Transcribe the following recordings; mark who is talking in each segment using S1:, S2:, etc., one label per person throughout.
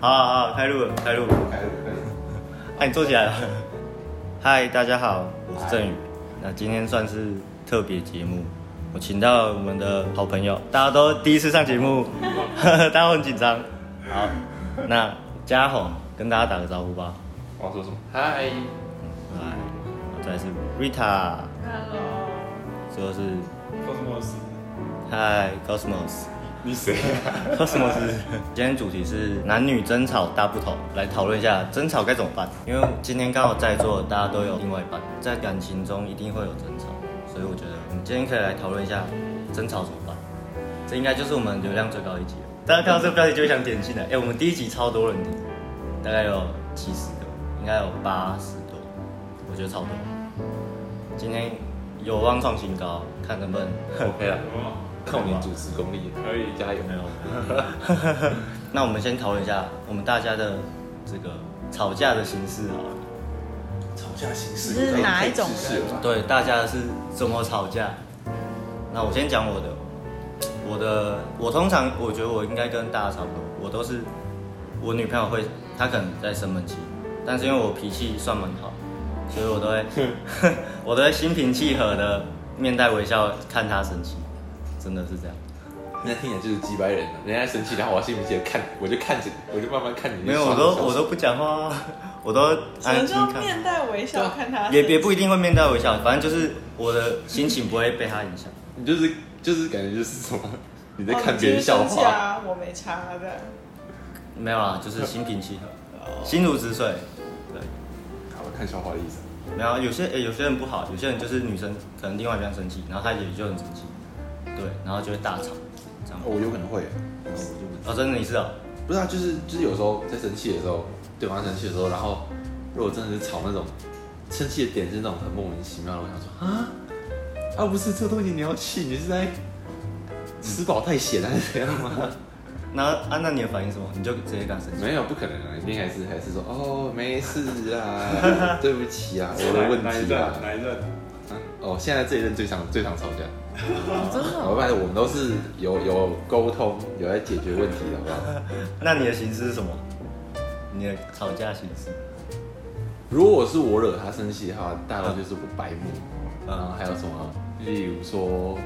S1: 好好好，开录了，开录了。
S2: 哎
S3: 开始
S1: 哎、你坐起来了。 嗨，大家好，我是振宇。那今天算是特别节目，我请到我们的好朋友，大家都第一次上节目， 呵呵大家都很紧张。好，那嘉宏跟大家打个招呼吧。
S3: 我要说什么？
S2: 嗨，
S1: 来，再来是 Rita，
S4: Hello，
S1: 最后是
S4: Cosmos，
S1: 嗨 Cosmos。
S3: 你谁？
S1: 说什么事？ 今天主题是男女争吵大不同，来讨论一下争吵该怎么办。因为今天刚好在座大家都有另外一半，在感情中一定会有争吵，所以我觉得我们今天可以来讨论一下争吵怎么办。这应该就是我们流量最高一集了。大家看到这个标题就会想点进来。哎、我们第一集超多人听，大概有七十多，应该有八十多，我觉得超多。今天有望创新高，看能不能。
S2: OK 啊了，看我们主持功力，
S3: 可以
S2: 加油！
S3: 没有？
S1: 那我们先讨论一下我们大家的这个吵架的形式好了。
S3: 吵架形式
S4: 式是哪一种
S3: 是
S1: 对，大家是怎么吵架？那我先讲我的，我的我通常我觉得我应该跟大家差不多，我都是我女朋友会，她可能在生闷气，但是因为我脾气算蛮好，所以我都会 我都会心平气和的面带微笑看她生气，真的是这样。
S2: 那听起来就是几百人了，人家生气，然后我心平气和看，我就看着，我就慢慢看你。
S1: 没有，我都我都不讲话啊，我都
S4: 只
S1: 安
S4: 能
S1: 静
S4: 就
S1: 看。
S4: 面带微
S2: 啊
S4: 笑看他。
S1: 也也不一定会面带微笑，反正就是我的心情不会被他影响。
S2: 你就是就是感觉就是什么，你在
S4: 哦
S2: 看别人笑
S4: 你今天生气
S2: 话，
S4: 啊，我没差这样。
S1: 没有啦，就是心平气和，
S4: 哦
S1: 心如止水。
S2: 好看笑话的意思。
S1: 没有啊，有些诶、有些人不好，有些人就是女生可能另外一半生气，然后他也就很生气，对，然后就会大吵，这样。
S2: 哦，我有可能会，
S1: 哦，真的你是哦，
S2: 不是啊，就是就是有时候在生气的时候，对方生气的时候，然后如果真的是吵那种生气的点是那种很莫名其妙的，我想说啊啊不是这东西你要气，你是在吃饱太闲还是怎样 吗？
S1: 那啊，那你的反应是什么？你就直接跟他生气？
S2: 没有，不可能啊！一定还是还是说哦，没事 啦，对不起啊，我的问
S3: 哪一
S2: 题
S3: 段？
S2: 啊。
S3: 哪一段？
S2: 哦，现在这一任最常最常吵架，
S4: 哦真的
S2: 我发现我们都是有有沟通，有在解决问题的，好不好？
S1: 那你的形式是什么？你的吵架形式？
S2: 如果是我惹他生气的话，大概就是我白目。
S1: 呃
S2: 嗯，还有什么？例如说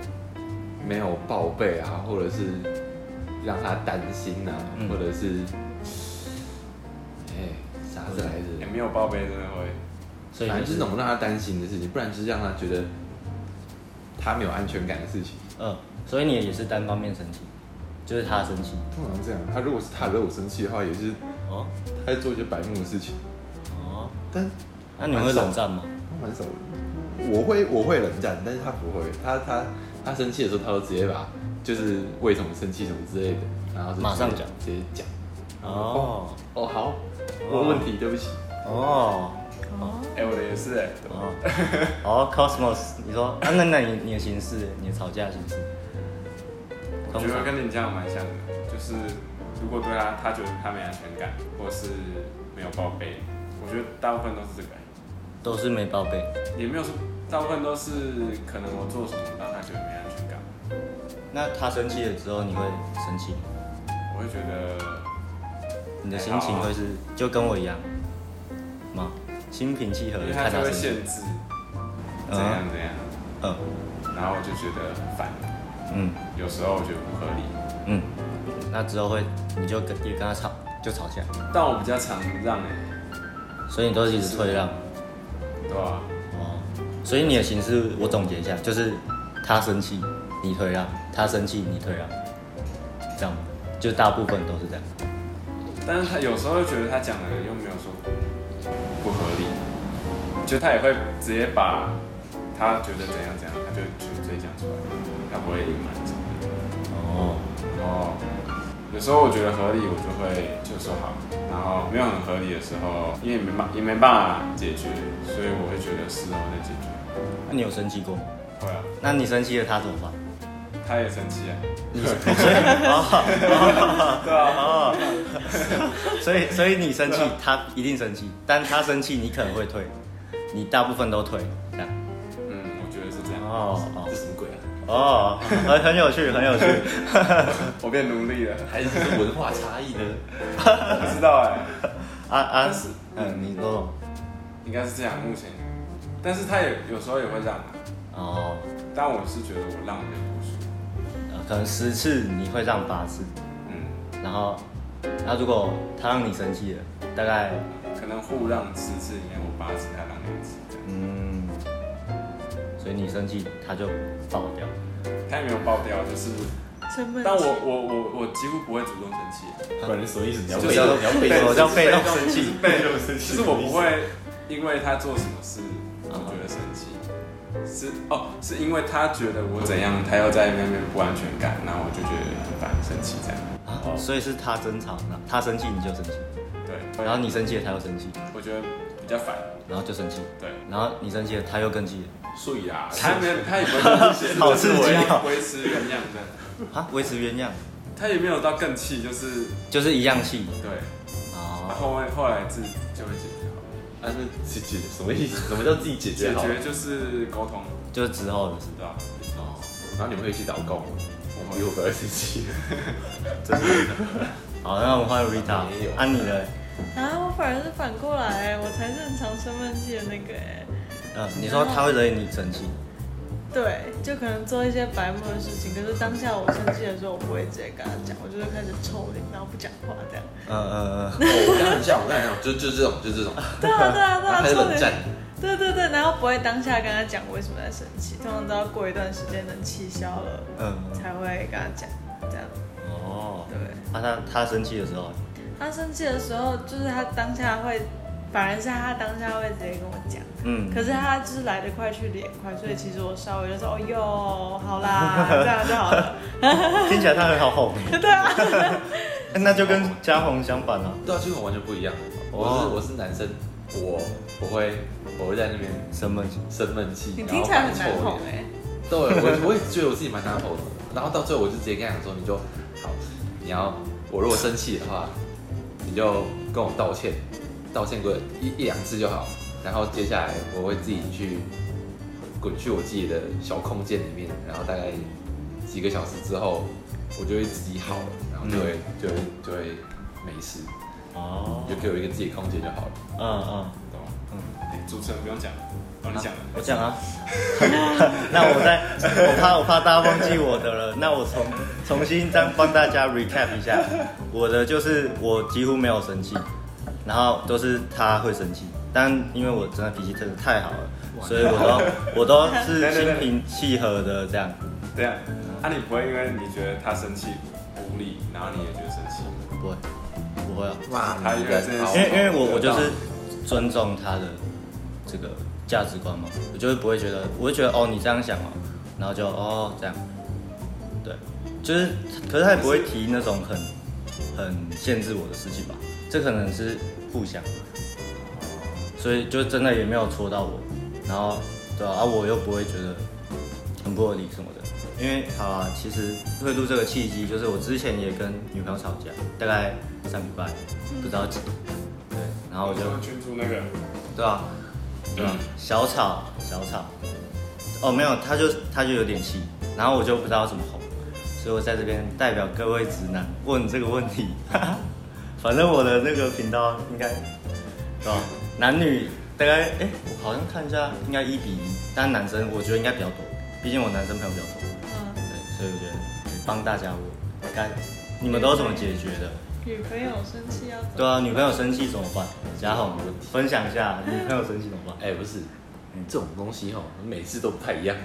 S2: 没有报备啊，或者是让他担心啊，
S1: 嗯
S2: 或者是哎啥子来着？
S3: 也没有报备，真的会。
S1: 所以
S2: 反
S1: 你
S2: 正就是那种让他担心的事情，不然就是让他觉得他没有安全感的事情。
S1: 嗯，所以你也是单方面生气，就是他生气
S2: 通常这样，他如果是他惹我生气的话，也是
S1: 哦
S2: 他在做一些白目的事情，
S1: 哦，
S2: 但
S1: 那你们会冷战吗？
S2: 蛮少的。我会我会冷战，但是他不会，他他他生气的时候，他都直接把就是为什么生气什么之类的，然后就直接
S1: 马上讲
S2: 直接讲。
S1: 哦
S2: 哦好，我有问题，对不起。
S1: 哦。
S4: 哦，
S3: 哎，我的也是哎。
S1: 哦，哦，Cosmos，你说，啊、那那你你的形式，你的吵架形式，
S3: 我觉
S1: 通
S3: 得
S1: 常
S3: 跟你这样蛮像的，就是如果对他，他觉得他没安全感，或是没有报备，我觉得大部分都是这个，
S1: 都是没报备，
S3: 也没有说大部分都是可能我做什么让他觉得没安全感，
S1: 那他生气了之后，你会生气吗，
S3: 我会觉得
S1: 你的心
S3: 哎啊
S1: 情会是就跟我一样吗？心平气和
S3: 因
S1: 的
S3: 为他
S1: 看
S3: 就
S1: 他
S3: 会
S1: 生气，
S3: 限制怎样怎样，
S1: 嗯
S3: 然后我就觉得很烦，
S1: 嗯
S3: 有时候我觉得不合理，
S1: 嗯，那之后会你就跟也跟他吵，就吵架，
S3: 但我比较常让哎、
S1: 所以你都是一直退让，
S3: 对啊，
S1: 哦，所以你的形式我总结一下，就是他生气你退让，他生气你退让，这样吗，就大部分都是这样。
S3: 但是他有时候觉得他讲的又没有说不合理，就他也会直接把他觉得怎样怎样，他就直接讲出来，他不会隐瞒什么的。
S1: 哦，
S3: 然后有时候我觉得合理，我就会就说好，然后没有很合理的时候，因为没办也没办法解决，所以我会觉得事后再解决。
S1: 那你有生气过吗？
S3: 会啊，
S1: 那你生气了，他怎 么办？
S3: 他也生气啊，
S1: 哦所以，所以你生气，他一定生气，但他生气，你可能会退，你大部分都退，这样。
S3: 嗯，我觉得是这样。
S1: 哦哦，
S2: 什么鬼啊？
S1: 哦，很很有趣，很有趣。
S3: 我变奴隶了，
S2: 还是是文化差异呢？
S3: 我不知道哎、
S1: 啊啊
S3: 但是，
S1: 嗯，你说
S3: 应该是这样目前，但是他也有时候也会让啊，
S1: 哦，
S3: 但我是觉得我让的比较多数，
S1: 呃可能十次你会让八次，
S3: 嗯，
S1: 然后，那如果他让你生气了，大概
S3: 可能互让十次里面我八次，他让两次，
S1: 嗯，所以你生气他就爆掉。
S3: 他也没有爆掉，就是，
S4: 沉闷期。
S3: 但我我我我几乎不会主动生气，
S2: 不然你什么意思？你
S1: 要
S2: 要
S1: 被动你
S2: 被动，你
S1: 要被动
S2: 要被动，
S1: 我叫被动生气
S2: 被动生气。
S3: 就是我不会因为他做什么事，我觉得生气。是哦，是因为他觉得我怎样，他又在那边不安全感，然后我就觉得很烦，生气这样。
S1: 啊，所以是他争吵，那他生气你就生气，
S3: 对，
S1: 然后你生气了他又生气，
S3: 我觉得比较烦，
S1: 然后就生气，
S3: 对，
S1: 然后你生气了他又更气
S3: 所以啊，他没有，他也不会生气
S1: 好刺激
S3: 就是
S1: 哦
S3: 我维持原样的，
S1: 了，啊，维持原样，
S3: 他也没有到更气，就是
S1: 就是一样气。
S3: 对，然
S1: 哦，
S3: 后面后来自己就会解决好，
S2: 啊，那自己什么意思？什么叫自己解决
S3: 解
S2: 好？
S3: 决就是沟通，
S1: 就是之后的事。
S3: 对吧？
S2: 哦，然后你们可以去祷告吗？
S3: 我
S2: 因为我不要生 气。
S1: 好，那我们换 Rita，
S2: 没有
S1: 按、你的，
S4: 啊，我反而是反过来，我才是很常生闷气的那个哎。
S1: 嗯，你说他会惹你生气，
S4: 对，就可能做一些白目的事情，可是当下我生气的时候，我不会直接跟他讲，我就会开始抽脸，然后不讲话这样。
S1: 嗯嗯嗯，
S2: 哦我刚很像，我刚很像，就就这种，就这种，
S4: 对啊，对啊，对
S2: 然后
S4: 啊，
S2: 开始
S4: 抽
S2: 冷战
S4: 脸。。对对对，然后不会当下跟他讲为什么在生气，通常都要过一段时间等气消了
S1: 嗯，
S4: 才会跟他讲，这样
S1: 哦，
S4: 对。
S1: 啊、他他生气的时候，啊
S4: 他生气的时候，就是他当下会，反而是他当下会直接跟我讲，
S1: 嗯，
S4: 可是他就是来得快去得也快，所以其实我稍微就说哦哟，好啦，这样就好了。
S1: 听起来他很好哄，
S4: 对啊，
S1: 那就跟嘉宏相反了、
S2: 对啊，这个完全不一样。
S1: 哦
S2: 我是我是男生，我我会我会在那边
S1: 生闷气，
S2: 生闷气，
S4: 你
S2: 然
S4: 听
S2: 后
S4: 起来
S2: 摆
S4: 很难
S2: 臭
S4: 哄
S2: 脸。
S4: 哎、
S2: 对，我我也觉得我自己蛮难哄的。然后到最后，我就直接跟他讲说，你就好，你要我如果生气的话，你就跟我道歉，道歉个一一两次就好。然后接下来我会自己去滚去我自己的小空间里面，然后大概几个小时之后，我就会自己好了，然后就会、就会就会没事，
S1: 哦
S2: 你就给我一个自己空间就好了，
S1: 嗯嗯
S3: 懂吗？
S1: 嗯，
S3: 哎主持人不用讲，哦，你讲了，
S1: 我讲啊， 那我再，我怕我怕大家忘记我的了，那我重重新再帮大家 recap 一下，我的就是我几乎没有生气，然后都是他会生气，但因为我真的脾气真的太好了，所以我都我都是心平气和的这样，
S3: 对啊，啊，你不会因为你觉得他生气无理，然后你也觉得生气，
S1: 不会不会啊，
S2: 哇
S3: 他一个人
S1: 因
S4: 哎
S1: 为因为我我就是尊重他的这个价值观嘛，我就会不会觉得，我会觉得哦你这样想哦，然后就哦这样，对，就是可是他也不会提那种很很限制我的事情吧，这可能是互相，所以就真的也没有戳到我，然后对啊，啊我又不会觉得很不合理什么的。因为好啊，其实会录这个契机，就是我之前也跟女朋友吵架，大概三礼拜，不知道几，对，然后我就
S3: 就群主那个，
S1: 对啊，对啊，小吵小吵，哦没有，他就他就有点气，然后我就不知道怎么哄，所以我在这边代表各位直男问这个问题， 哈哈反正我的那个频道应该，对吧？男女大概哎、我好像看一下应该一比一，但男生我觉得应该比较多，毕竟我男生朋友比较多。
S4: 嗯，
S1: 对，所以我觉得帮大家我该你们都怎么解决的？
S4: 女朋友生气要怎
S1: 对
S4: 么？
S1: 啊，女朋友生气怎么办？嘉宏，分享一下女朋友生气怎么办？
S2: 哎、不是，这种东西哦，每次都不太一样。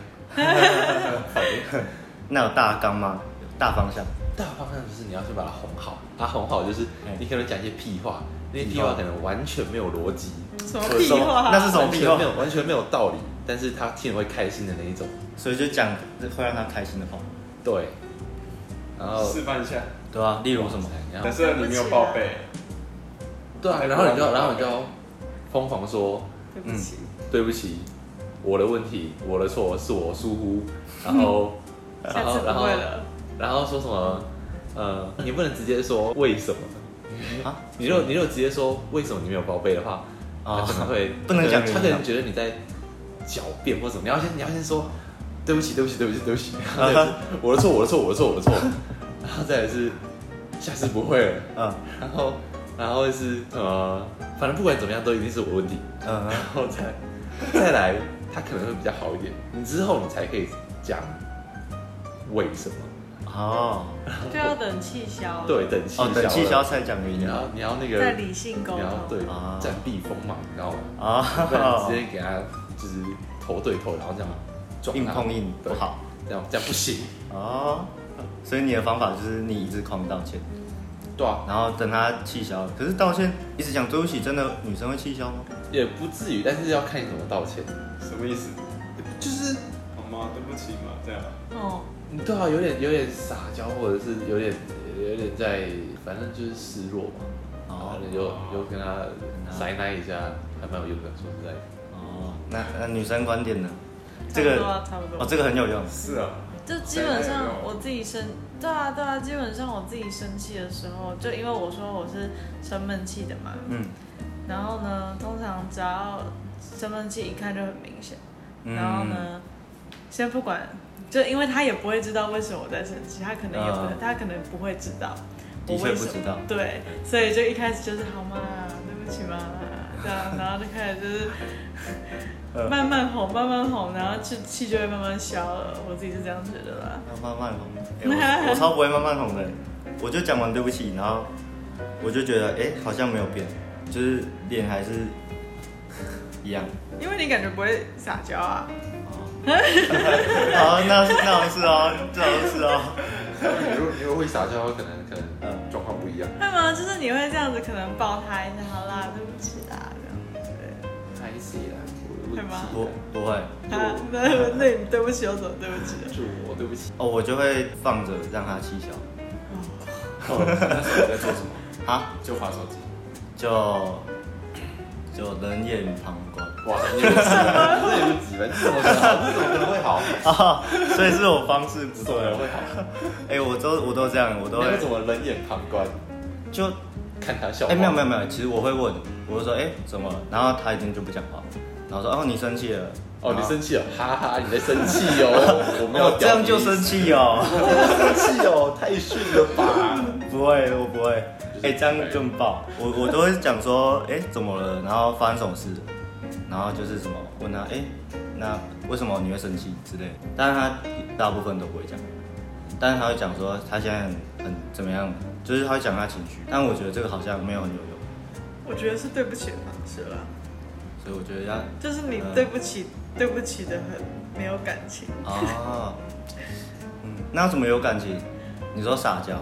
S1: 那有大纲吗？有大方向？
S2: 大方向就是你要先把它哄好，它哄好就是
S1: 哎
S2: 你可能讲一些屁话，那些
S1: 屁
S2: 屁
S1: 话
S2: 话可能完全没有逻辑，
S4: 什么屁话？
S1: 那是什么
S2: 完全没有完全没有道理，但是他听了会开心的那一种。
S1: 所以就讲会让他开心的话，
S2: 对，然后
S3: 示范一下，
S1: 对啊，例如什么？？
S2: 然后
S3: 但是你没有报备，
S2: 对啊，然后你就然后你就要疯狂说
S4: 对不起，
S2: 对不起，我的问题，我的错是我疏忽，然后
S4: 下
S2: 然
S4: 次
S2: 后然
S4: 不
S2: 后
S4: 会了。
S2: 然后说什么呃，你不能直接说为什么。
S1: 啊
S2: 你如果你如果直接说为什么你没有报备的话，他可能
S1: 啊，
S2: 会
S1: 不能讲原因啊
S2: 他可能觉得你在狡辩或什么。你要先你要先说，对不起，对不起，对不起，对不起， 然后再来是我的错，我的错，我的错，我的错，然后再来是下次不会了，
S1: 嗯
S2: 然后然后是呃，反正不管怎么样都一定是我的问题，
S1: 嗯
S2: 然后再再来，他可能会比较好一点，你之后你才可以讲为什么，
S1: 哦
S4: 就要等气消了，
S2: 对，等气消
S1: 哦
S2: 了，，
S1: 等气消才讲原
S2: 你
S1: 因啊
S2: 要你要那个
S4: 再理性沟
S2: 你要
S4: 通。
S2: 对
S1: 啊
S2: 占避风嘛，你知道吗？不然
S1: 哦
S2: 直接给他就是头对头，然后这样撞他
S1: 硬碰硬不
S2: 对
S1: 好
S2: 这样这样不行。
S1: 哦，所以你的方法就是你一直狂道歉，
S2: 对啊，
S1: 然后等他气消了。可是道歉一直讲对不起，真的女生会气消吗？
S2: 也不至于，但是要看你怎么道歉。
S3: 什么意思？
S2: 就是
S3: 好吗？对不起嘛，这样。
S4: 哦，
S2: 你对啊，有点有点撒娇，或者是有点有点在，反正就是示弱嘛。然后
S1: 哦
S2: 你就你就跟他塞奶一下，还蛮有用的。说 实在的，
S1: 哦，那那女生观点呢？
S4: 差
S1: 这
S4: 不多
S1: 个
S4: 啊，差不
S1: 哦，
S4: 多。
S1: 这个很有用。
S3: 是啊，
S4: 就基本上我自己生，对啊对啊，基本上我自己生气的时候，就因为我说我是生闷气的嘛，
S1: 嗯
S4: 然后呢，通常只要生闷气一看就很明显，
S1: 嗯
S4: 然后呢，先不管，就因为他也不会知道为什么我在生气，他可能也不
S1: 啊
S4: 他可能不会知道我
S1: 的确
S4: 为什
S1: 不
S4: 么
S1: 知道。
S4: 对，所以就一开始就是好嘛，对不起嘛，这样，然后就开始 就是
S1: 呃
S4: 慢慢哄，慢慢哄，然后气气就会慢慢消了。我自己是这样觉得啦。
S1: 要慢慢哄，欸我我超不会慢慢哄的，我就讲完对不起，然后我就觉得哎、欸好像没有变，就是脸还是一样。
S4: 因为你感觉不会撒娇啊，
S1: 好，那是那好是哦，这好像是哦。
S2: 你如果你如果会撒娇，可能可能
S1: 嗯
S2: 状况不一样。
S4: 会吗？就是你会这样子，可能抱他一下，好啦，对不起啦，这样子。
S2: 拍戏啦，我
S4: 会吗
S1: 不不会
S4: 啊，那那你对不起，我怎么对不起？啊
S2: 祝我对不起。
S1: 哦，我就会放着让他气消。
S3: 那时候你在做什么？
S1: 啊，
S3: 就划手机。
S1: 就就冷眼旁观
S2: 哇，你有几分？这有几分？这怎么可能好？这怎么可能会好？
S1: 啊，所以是我方式不
S2: 这怎么
S1: 对
S2: 可能
S1: 了。
S2: 会好？
S1: 哎、我都我都这样，我都
S2: 你
S1: 会
S2: 要怎么冷眼旁观，
S1: 就
S2: 看他笑
S1: 哎、
S2: 话？
S1: 没有没有没有，其实我会问，我就说哎、怎么了？然后他已经就不讲话，然后说哦你生气了，
S2: 哦，你
S1: 然后
S2: 生气了，哈哈，你在生气哦，我们要
S1: 哦这样
S2: 屌你
S1: 就生气哦，
S2: 生气哦，太逊了吧？
S1: 不会我不会，哎、这样
S2: 对
S1: 更爆，我我都会讲说哎、怎么了，然后发生什么事了，然后就是什么问他哎、那为什么你会生气之类的，但是他大部分都不会讲，但是他会讲说他现在很很怎么样，就是他会讲他情绪，但我觉得这个好像没有很有用，
S4: 我觉得是对不起的方式啦，
S1: 所以我觉得要
S4: 就是你对不起，对不起的很没有感情。
S1: 哦，嗯，那要怎么有感情？你说撒娇，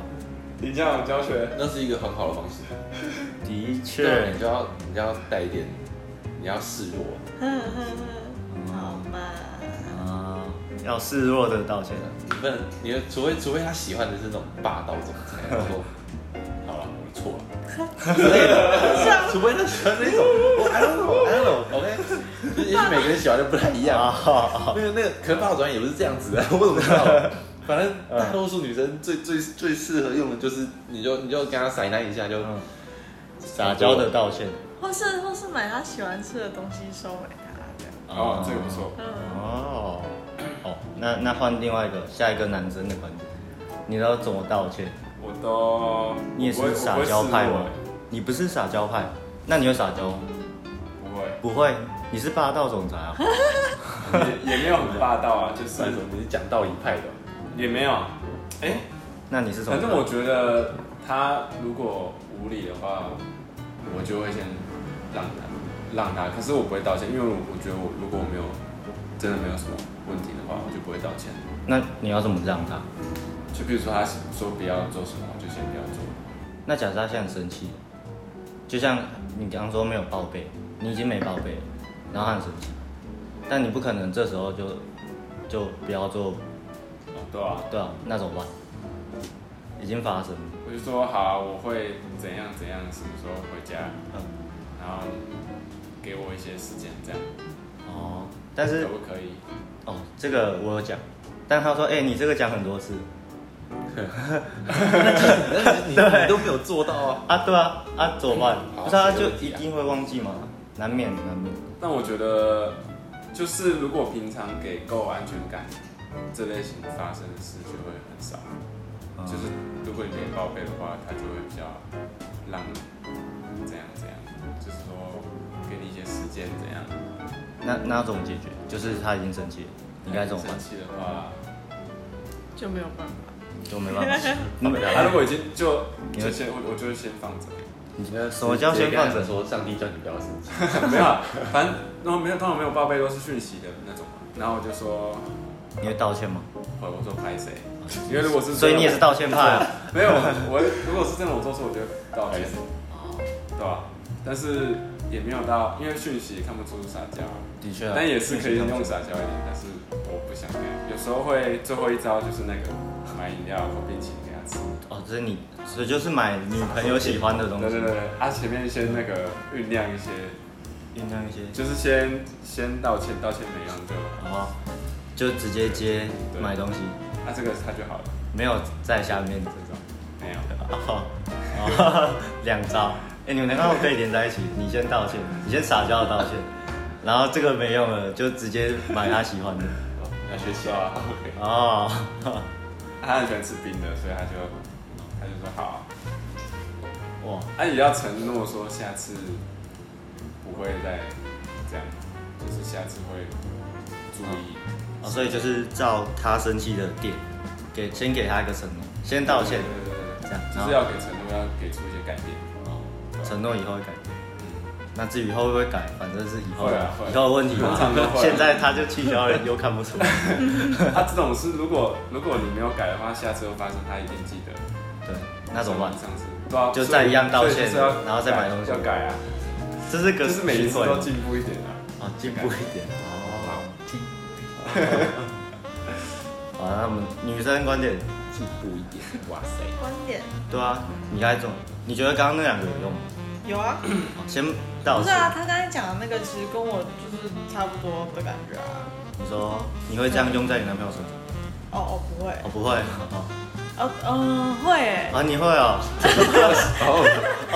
S3: 你这样教学，
S2: 那是一个很好的方式。
S1: 的确
S2: 对，你，就要你就要带一点，你要示弱。
S4: 哼哼哼，好 嘛，
S1: 啊，要示弱的道歉。
S2: 你不能，你的除非除非他喜欢的是那种霸道总裁，然后说好了，我错了之类的，除非他喜欢那种我 I don't know I don't know OK，就也许每个人喜欢的不太一样。
S1: 啊，
S2: 没有那个，可能霸道总裁也不是这样子的， 我怎么知道？反正
S1: 嗯
S2: 大多数女生最最最适合用的就是，你就你就跟她塞奶一下就
S1: 嗯撒娇的道歉。
S4: 或是或是买他喜欢吃的东西收买他这样。
S1: 啊
S3: 哦，这个不。错。
S4: 嗯，
S1: 哦，哦，那那换另外一个，下一个男生的观点，你要怎么道歉？
S3: 我都
S1: 你也
S3: 我不
S1: 是
S3: 会
S1: 撒娇派
S3: 我
S1: 吗？你不是撒娇派，那你会撒娇吗？
S3: 欸不会
S1: 不会，你是霸道总裁啊。
S3: 示弱，也也没有很霸道啊，就是
S2: 算什么？你是讲道理派的哦，
S3: 也没有。哎，
S1: 那你是什么
S3: 反
S1: 派？
S3: 正我觉得他如果无理的话，我就会先让他让他，可是我不会道歉，因为我我觉得我如果我没有真的没有什么问题的话，我就不会道歉。
S1: 那你要怎么让他？
S3: 就比如说他说不要做什么，我就先不要做。
S1: 那假设他现在很生气，就像你刚刚说没有报备，你已经没报备了，然后他很生气，但你不可能这时候就就不要做，
S3: 哦对啊，
S1: 对啊，那怎么办？已经发生了，
S3: 我就说好啊、我会怎样怎样，什么时候回家，
S1: 嗯，
S3: 然后给我一些时间，这样
S1: 哦，但是
S3: 可不可以？
S1: 哦，这个我有讲，但他说，哎、你这个讲很多次
S2: 你你你都没有做到啊。
S1: 啊，对啊，啊怎么办？
S2: 好
S1: 不是他
S2: 这个
S1: 就
S2: 问题
S1: 一
S2: 啊
S1: 定会忘记吗？难免难免，
S3: 但我觉得就是如果平常给够安全感，这类型发生的事就会很少。
S1: 嗯
S3: 就是如果你没报备的话，他就会比较让你怎样怎样，就是说给你一些时间怎样。
S1: 那那怎么解决？就是他已经生气了，你该怎么办
S3: 生？气的话，
S4: 就没有办法。
S1: 就没办 法。你
S3: 他如果已经就
S1: 你会
S3: 就先我我就会先放着，
S1: 你什么叫先放着？
S2: 说上帝叫你不要生气，
S3: 没有啊，反正然后没有通常没有报备都是讯息的那种嘛。然后我就说，
S1: 你会道歉吗？
S3: 我我说拍谁？因为如果是
S1: 所以你也是道歉派啊？
S3: 没有我如果是真的我做错，我就道
S2: 拍
S3: 歉
S2: 谁，
S3: 对吧、但是也没有到，因为讯息也看不出撒娇啊。
S1: 的确啊，
S3: 但也是可以用撒娇一点，但是我不想那样。有时候会最后一招就是那个买饮料或冰淇淋给他吃。
S1: 哦，这是你，所以就是买女朋友喜欢的东
S3: 对
S1: 西
S3: 对，对对，啊，前面先那个酝酿一些，
S1: 酝酿一些，
S3: 就是先先道歉，道歉没用就
S1: 然
S3: 好，
S1: 后就直接接
S3: 对
S1: 买东西，
S3: 啊这个他就好了，
S1: 没有在下面这种。
S3: 没有。
S1: 哦，哦两招。 哎、你们两个可以连在一起，你先道歉，你先撒娇的道歉，然后这个没用了，就直接买他喜欢的。
S2: 要学习
S3: 是啊
S2: 啊。
S3: ，OK。
S1: 哦，
S3: 他很喜欢吃冰的，所以他就他就说好啊，
S1: 哇，
S3: 啊也要承诺说下次不会再这样，就是下次会注意。
S1: 哦，所以就是照他生气的点，给先给他一个承诺，先道歉，
S3: 对对对
S1: 这样
S3: 对，，
S1: 然
S3: 就是
S1: 后
S3: 要给承诺，要给出一些改变。
S1: 承哦诺以后会改变。
S3: 嗯。
S1: 那至于以后会不会改，反正是以后
S3: 会啊会啊
S1: 以后的问题嘛
S3: 通常都。会啊
S1: 现在他就气消了，又看不出来。
S3: 他啊这种是，如果如果你没有改的话，下次又发生，他一定记得。
S1: 对，那怎么办
S3: 上？次对啊，
S1: 就再一样道歉
S3: 所以就是要
S1: 然后再买东西
S3: 要改啊，
S1: 这是
S3: 就
S1: 个
S3: 是每一次
S1: 机会
S3: 都进步一点 啊。
S1: 哦，进步一点哦。好，那我们女生观点，
S2: 进步一 点，哇塞！
S4: 观点
S1: 对啊，你该怎么？你觉得刚刚那两个有用吗？
S4: 有啊，
S1: 好先道
S4: 不是
S1: 歉，
S4: 啊，他刚才讲的那个其实跟我就是差不多的感觉啊。
S1: 你说你会这样用在你男朋友身上？
S4: 哦哦，不
S3: 哎
S4: 会，
S1: 哦，不会，哦，
S4: 哦嗯、会欸，
S1: 啊，你会哦，
S2: 哦，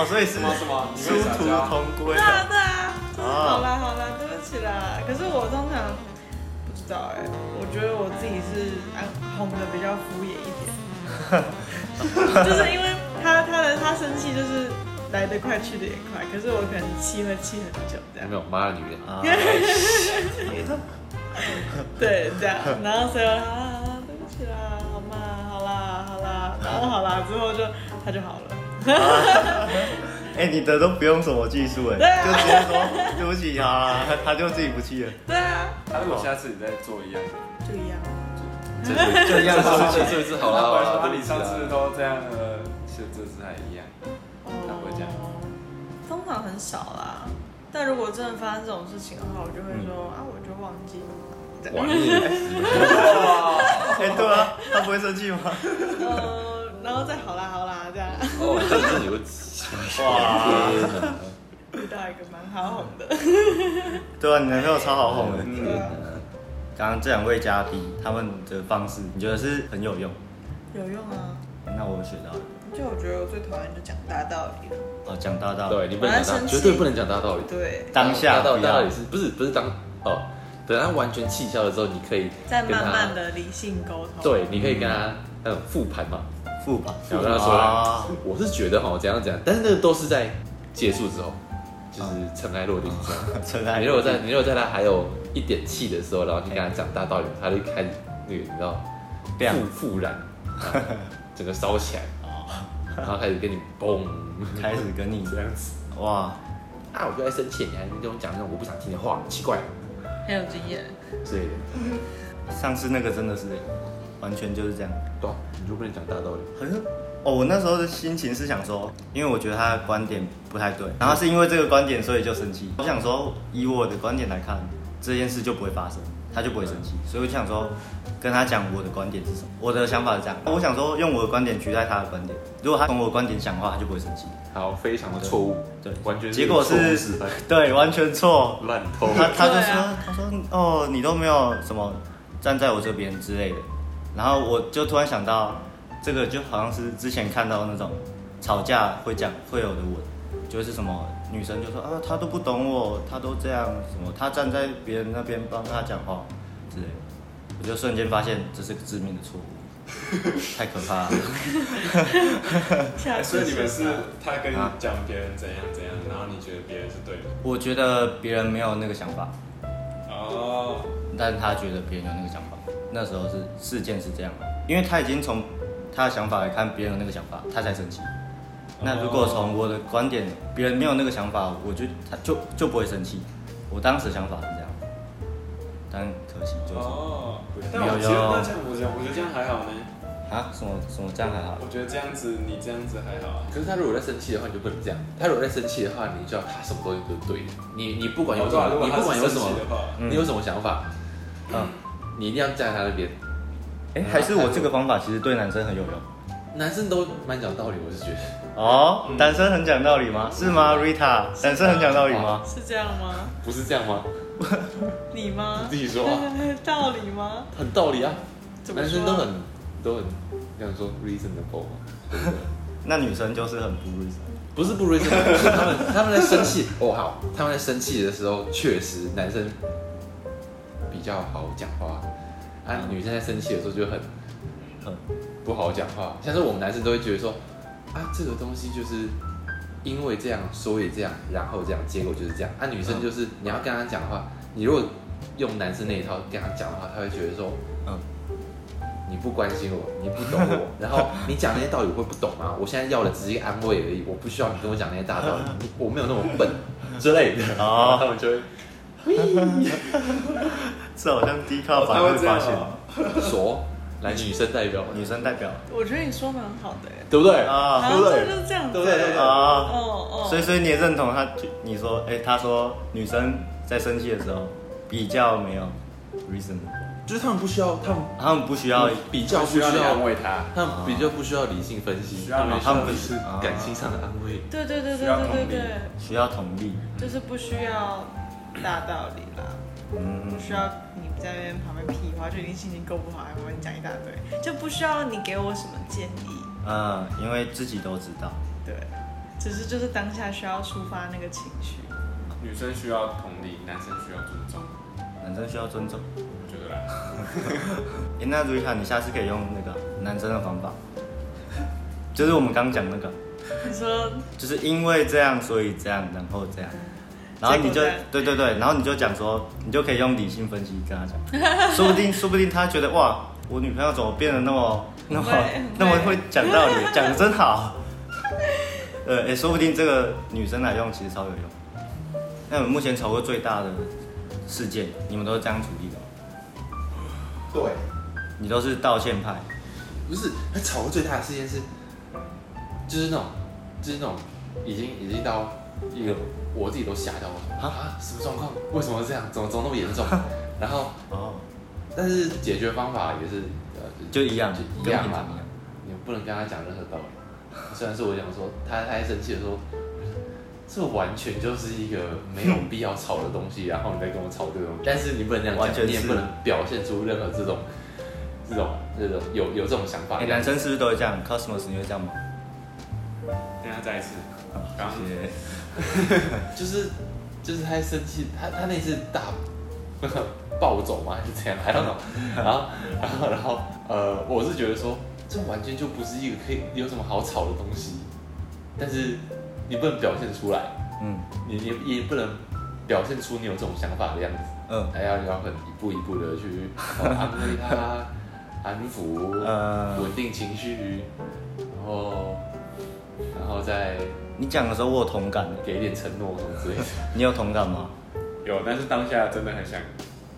S1: 哦，所以是
S3: 什么什么你
S1: 殊
S3: 会撒
S1: 途
S3: 娇
S1: 同归
S4: 对
S1: 啊。
S4: 啊对啊，就是
S1: 啊
S4: 好啦好啦，对不起啦。可是我通常不知道哎、我觉得我自己是啊哄的比较敷衍一点， 就是因为他他的他生气就是来得快去得也快，可是我可能气会气很久这样
S2: 没。有妈的女 人，
S1: 啊，
S4: 对，这样，然后所以我啊，对不起啦，好嘛，好啦，好啦，然后好啦之后就他就好了，
S1: 哎，你的都不用什么技术哎，
S4: 对啊
S1: 就直接说对不起啊，他就自己不气了，
S4: 对啊，
S3: 他如果下次你再做一样，
S4: 就一样，啊
S2: 这这一样
S3: 这
S2: 生
S3: 是
S2: 气是不是？好了
S3: 他
S2: 好
S3: 回来
S2: 了，
S3: 说啊
S2: 对
S3: 你
S2: 不起
S3: 上
S2: 啊
S3: 次都这样了，是这次还一样。他不会这样
S4: 哦通常很少啦，但如果真的发生这种事情的话，我就会
S2: 嗯
S4: 说、啊，我就忘记 了，
S2: 哇你也啊 死了
S1: 哎，对啊，他不会生 气吗？
S4: 嗯、呃，然后再好啦，好啦，这样
S2: 哦，真是有气
S1: 哇，
S2: 啊
S4: 遇到一个蛮好哄的，
S1: 对啊，你男朋友超好
S2: 哦
S1: 哄的。
S4: 对
S3: 嗯，
S4: 啊
S1: 刚刚这两位嘉宾他们的方式，你觉得是很有用？
S4: 有用啊。
S1: 那我学到了，
S4: 就我觉得我最讨厌就讲大道理了，
S1: 哦，讲大道理，
S2: 对你不能讲大，绝对不能讲大道理。
S4: 对，
S1: 当下
S2: 大道
S1: 不
S2: 大道
S1: 要
S2: 理，是不是不是当哦？等他完全气消了之后，你可以
S4: 再
S2: 跟
S4: 慢
S2: 他
S4: 慢的理性沟通，
S2: 对，你可以跟他那种复盘嘛，
S1: 副吧，啊
S2: 然后跟他说啦， 我是觉得哈怎样怎样，但是那个都是在结束之后，就是尘埃落定之后。
S1: 存在
S2: 你如果在你如果在他还有一点气的时候，然后你跟他讲大道理，他就开始那个你知道
S1: 亮
S2: 复复 燃，然后整个烧起来，然后开始跟你嘣
S1: 开始跟你
S2: 这样子。
S1: 哇，
S2: 啊，我就在生气，你还跟我讲那种我不想听的话，奇怪
S4: 很有经验。
S2: 之类的。
S1: 上次那个真的是完全就是这样。
S2: 对啊、你就不能讲大道理。
S1: 好像哦，我那时候的心情是想说，因为我觉得他的观点不太对，然后是因为这个观点所以就生气。我想说，以我的观点来看，这件事就不会发生，他就不会生气，所以我就想说。跟他讲我的观点是什么，我的想法是这样。我想说用我的观点取代他的观点，如果他从我的观点讲的话，他就不会生气。
S2: 好，非常的错误，
S1: 对
S2: 完全
S1: 结果是
S2: 失败，
S1: 对，完全错。
S2: 烂透
S1: 他他就
S4: 对
S1: 说、
S4: 啊
S1: 他说哦，你都没有什么站在我这边之类的，然后我就突然想到，这个就好像是之前看到那种吵架会讲会有的文，就是什么女生就说啊，他都不懂我，他都这样什么，他站在别人那边帮他讲话之类的，我就瞬间发现这是个致命的错误，太可怕了。
S4: 下
S3: 哎所以你
S4: 次
S3: 们是他跟你讲别人怎样怎样，然后你觉得别人是对的。
S1: 我觉得别人没有那个想法，
S3: 哦，
S1: 但他觉得别人有那个想法。那时候是事件是这样的，因为他已经从他的想法来看别人有那个想法，他才生气。
S3: 哦
S1: 那如果从我的观点，别人没有那个想法，我就他就就不会生气。我当时想法是这样，但可惜就是、
S3: 哦，但我觉得那这样，我觉得我觉得这样还好呢。
S1: 啊，什么什么这样还好，
S3: 我觉得这样子，你这样子还好啊。
S2: 可是他如果在生气的话，你就不能这样。他如果在生气的话，你就要他什么东西都是对的。你你不管有什么，
S3: 哦对啊如果
S2: 你
S3: 他
S2: 不管有
S3: 是
S2: 什么
S3: 生气的话，
S1: 嗯
S2: 你有什么想法，
S1: 嗯，
S2: 你一定要站在他那边。
S1: 哎、还是我这个方法其实对男生很有用
S2: 男生都蛮讲道理，我是觉得
S1: 哦。
S3: 嗯啊
S1: 男生很讲道理吗？是吗，Rita？男生很讲道理
S3: 哦
S1: 吗？
S4: 是这样吗？
S2: 不是这样吗？
S4: 你吗？
S2: 你自己说啊
S4: 道理吗？
S2: 很道理啊，
S4: 怎么
S2: 男
S4: 说
S2: 生都很都很这样说 reasonable 嘛，对不对？
S1: 那女生就是很不 reason。
S2: 不是不 reasonable，是他们他们在生气 哦好，他们在生气的时候确实男生比较好讲话，啊
S1: 嗯
S2: 女生在生气的时候就很
S1: 很
S2: 不好讲话，像是我们男生都会觉得说啊这个东西就是因为这样所以这样然后这样结果就是这样，啊女生就是你要跟她讲话，你如果用男生那一套跟她讲的话，她会觉得说
S1: 嗯，
S2: 你不关心我，你不懂我， 然后你讲那些道理我会不懂吗？我现在要的只是一个安慰而已，我不需要你跟我讲那些大道理，我没有那么笨之类的。
S1: 嗯哦
S2: 他们就会
S1: 这好像低咖
S3: 哦
S1: 版
S3: 他会
S1: 会
S3: 这样
S1: 发现，
S3: 哦。
S2: 说来女生代表，
S1: 女生代表
S4: 我觉得你说的很好的欸，
S2: 对不对？
S4: 然
S1: 啊
S2: 对不
S4: 后
S2: 对
S4: 这就是这样子
S2: 对
S4: 欸，
S2: 不对对不对
S1: 啊，
S4: 哦哦，
S1: 所以所以你也认同他，你说，哎、他说女生在生气的时候比较没有 reason，
S2: 就是他们不需要，他们
S1: 他们不啊需要，
S2: 比较不需
S3: 需要你安
S2: 要，
S3: 慰他，
S2: 他们比较不需要理性分析，
S3: 需要你
S2: 他们
S3: 需要
S2: 只是
S1: 啊
S2: 感性上的安慰。
S4: 对对对
S3: 需
S4: 对
S3: 要
S4: 对
S3: 同
S4: 对
S3: 理
S4: 对，
S1: 需要同理，
S4: 就是不需要大道理啦，
S1: 嗯
S4: 不，需要你在那边旁边屁话，就已经心情够不好，还旁边讲一大堆，就不需要你给我什么建议，
S1: 啊、因为自己都知道，
S4: 对，只是就是当下需要抒发那个情绪，
S3: 女生需要同理，男生需要尊重，
S1: 男生需要尊重。
S3: 我觉得啦。
S1: 哎、那如卡，你下次可以用那个男生的方法，就是我们刚讲那个，
S4: 你说
S1: 就是因为这样，所以这样，然后这样，然后你
S4: 结
S1: 就
S4: 果这样
S1: 对对对，然后你就讲说，你就可以用理性分析跟他讲，说不定说不定他觉得哇，我女朋友怎么变得那么那么
S4: 对
S1: 那么会讲道理，讲的真 好。呃，哎、说不定这个女生来用其实超有用。那你们目前吵过最大的事件，你们都是这样处理的吗？
S2: 对，
S1: 你都是道歉派，
S2: 不是他吵的最大的事件是，就是那种，就是那种已经已经到一个我自己都吓到了啊，什么状况？为什么这样？怎么怎么那么严重？然后
S1: 哦，
S2: 但是解决方法也是呃
S1: 就一样，
S2: 就一
S1: 跟
S2: 样
S1: 平常
S2: 嘛
S1: 一样，
S2: 你不能跟他讲任何道理。虽然是我想说，他他在生气的时候，这完全就是一个没有必要吵的东西，然后你再跟我吵这个东西， 但是你不能这样
S1: 完全
S2: 讲，你也
S1: 是
S2: 不能表现出任何这种这种这种有有这种想法
S1: 哎、。男生是不是都会这样？Cosmos 你会这样吗？
S3: 等一下再一次，刚刚
S1: 谢谢
S2: 就是就是他在生气，他他那次大 暴走嘛，还是怎样？I don't know。然 后然后然后呃，我是觉得说，这完全就不是一个可以有什么好吵的东西，但是你不能表现出来，
S1: 嗯
S2: 你你也不能表现出你有这种想法的样子，
S1: 嗯
S2: 还要要很一步一步的去哦安慰他、安抚、
S1: 呃，
S2: 稳定情绪，然后然后再
S1: 你讲的时候我有同感，
S2: 给一点承诺什么之类的。
S1: 你有同感吗？
S3: 有，但是当下真的很想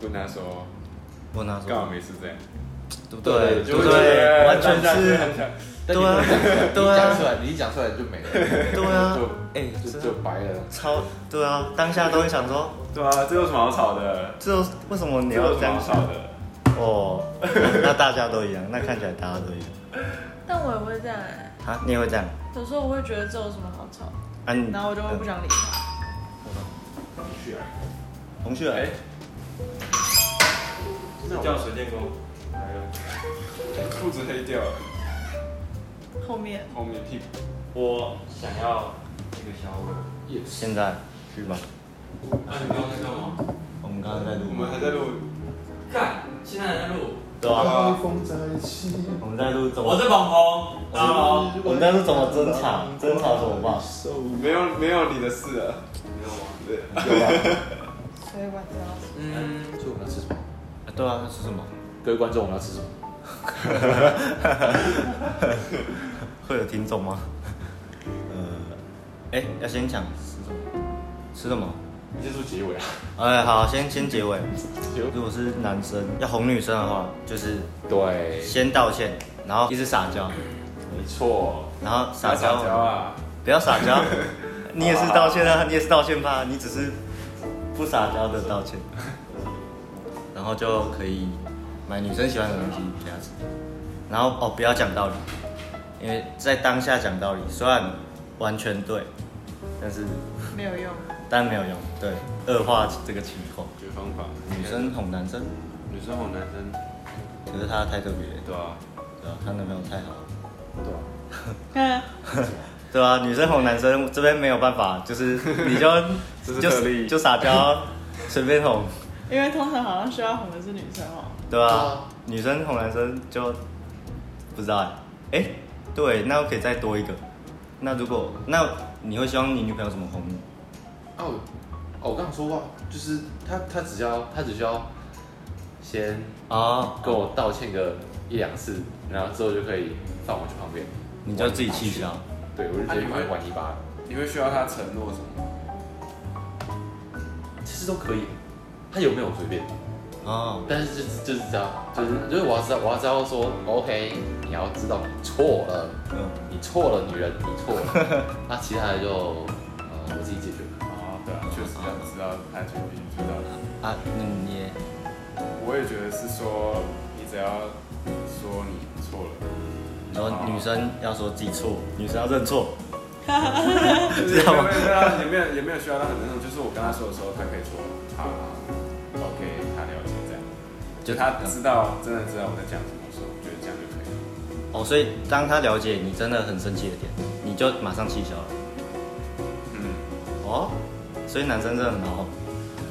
S3: 问他说，
S1: 问他
S3: 干嘛
S1: 说，
S3: 没事这样？
S1: 对不
S2: 对
S1: 对？对
S2: 就
S1: 不
S2: 是
S1: 对？完全，
S3: 当下就是很想
S2: 但你不能讲出来
S1: 对啊
S2: 你讲出来，你一讲出来就没了，
S1: 对啊，哎，
S2: 就就
S1: 真的
S2: 就白了。
S1: 超对啊，当下都会想说，
S3: 对啊，这有什么好吵的？
S1: 这为什么你
S3: 这
S1: 要
S3: 有
S1: 这
S3: 什么
S1: 样
S3: 好
S1: 想？
S3: 吵的？
S1: 哦，那大家都一样，那看起来大家都一样
S4: 但我也会这样哎、
S1: 啊？你也会这样？
S4: 有时候我会觉得这有什么好吵，
S1: 啊，你
S4: 然后我就会不想理他。
S3: 去啊！
S1: 同学，
S3: 哎
S1: 哎，，
S3: 那叫水电工，来了，裤子黑掉了，
S4: 后面
S3: 后面屁股。
S5: 我想要
S3: 那个小我。
S2: Yes，
S1: 现在是吗？
S5: 啊，你们刚刚在干嘛？
S1: 我们刚刚在录吗，
S3: 我们还在录，
S5: 干，现在还在录。
S1: 对啊，
S2: 风在起，
S1: 我们在啊录怎
S5: 我
S1: 么？
S5: 是鹏鹏，大家好。
S1: 我们在录怎么争吵？争吵怎么办？
S3: 没有没有你的事了。
S5: 没有吗？
S3: 对，
S1: 有 吧？
S4: 所以晚上要睡
S5: 嗯，
S2: 所以我们要吃什么？
S1: 对啊，那是什么？
S2: 各位观众，我们要吃什么？
S1: 会有听众吗？ 呃，哎，要先讲吃什么？吃什么？
S3: 你先说结尾啊。
S1: 哎，好，先先结尾。
S2: 结尾
S1: 如果是男生要哄女生的话，就是
S2: 对，
S1: 先道歉，然后一直撒娇，
S2: 没错，
S1: 然后撒
S3: 撒娇
S1: 娇，
S3: 啊！
S1: 不要撒 娇。你也是道歉啊，你也是道歉吧，你只是不撒娇的道歉，然后就可以买女生喜欢的东西给她吃，然后哦不要讲道理，因为在当下讲道理虽然完全对，但是
S4: 没有用。
S1: 但没有用，对，恶化这个情况。
S3: 我觉得方法，
S1: 女生哄男生，
S3: 女生哄男生，
S1: 可是她太特别，
S3: 对啊，
S1: 对吧、她男朋友太好了。
S2: 对啊，
S4: 嗯，
S1: 对啊，女生哄男生这边没有办法，就是你
S3: 这
S1: 就是就
S3: 特例
S1: 就撒娇，随便哄，
S4: 因为通常好像需要哄的是女生哦。
S1: 对吧、女生哄男生就不知道哎、哎、对，那我可以再多一个。那如果那你会希望你女朋友怎么哄你？
S2: 哦，哦，我刚刚说过，就是他他只需要他只需要先
S1: 哦，
S2: 跟我道歉个一两次，然后之后就可以放我去旁边，
S1: 你就自己气消。
S2: 对我就直接把他玩一巴，
S3: 你会需要他承诺什么？
S2: 其实都可以，他有没有随便，
S1: 哦，
S2: 但是就是就是这样，就是就是我要知道我要知道说，OK，你要知道你错了，
S1: 嗯，
S2: 你错了，女人你错了，那其他的就呃我自己解决。
S3: 哦，对啊，确实要知道他决定知道。
S1: 啊，嗯，你也
S3: 我也觉得是说，你只要说你错了，
S1: 然后女生要说自己错，女生要认错，
S3: 就是
S1: 知道吗
S3: 没有没有没有也没有也没有需要他很那种，就是我跟他说的时候，他可以说好好，OK，他了解这样，就他知道真的知道我在讲什么时候，我觉得这样就可以了。
S1: 哦，所以当她了解你真的很生气的点，你就马上气消了。
S3: 嗯，
S1: 哦，所以男生真的很好哄。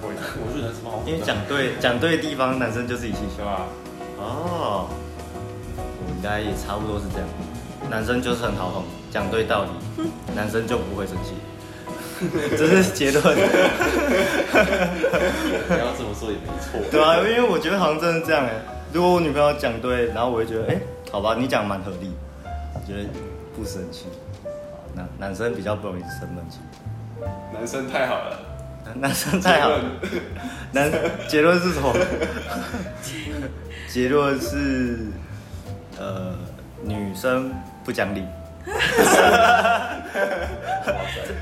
S3: 我也觉得
S2: 我觉得什么好？
S1: 因为讲哦对讲对地方，男生就自己吸
S3: 对
S1: 收。
S3: 吧？
S1: 哦，我应该也差不多是这样。男生就是很好哄，讲对道理，男生就不会生气。 这是结论，
S2: 你要这么说也没错。
S1: 对啊，因为我觉得好像真的是这样哎。如果我女朋友讲对，然后我会觉得，哎、好吧，你讲蛮合理，我觉得不生气。男男生比较不容易生闷气，
S3: 男生太好了，
S1: 男男生太好了。男结论是什么？结论是，呃，女生不讲理。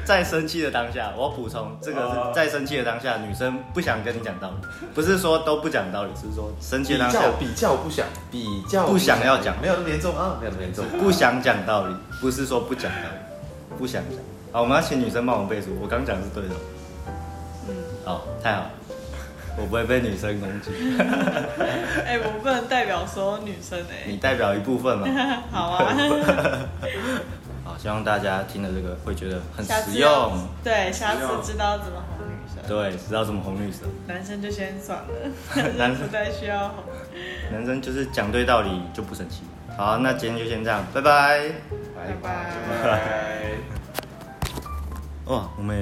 S1: 在生气的当下，我要补充，这个
S3: 哦
S1: 是在生气的当下，女生不想跟你讲道理，不是说都不讲道理，是说生气
S2: 比
S1: 的当下
S2: 较比较不想，比较
S1: 不想要讲
S2: 没有那么严重啊，没有那么严重。
S1: 不想讲道理，不是说不讲道理，不想讲。好，我们要请女生帮我们背书，我刚讲的是对的。
S4: 嗯，
S1: 好，太好了，我不会被女生攻击，
S4: 哎、我不能代表所有女生
S1: 你
S4: 哎、
S1: 代表一部分嘛。
S4: 好啊，
S1: 好，希望大家听了这个会觉得很
S4: 下
S1: 实
S4: 次要
S1: 用，
S4: 对，下次知道怎么哄女生。
S1: 对，知道怎么哄女生。
S4: 男生就先算了，
S1: 男
S4: 不再需要哄。
S1: 男生就是讲对道理就不生气。好，那今天就先这样，拜拜。
S4: 拜
S2: 拜
S4: 拜。
S3: 拜。
S1: 哇，我们也。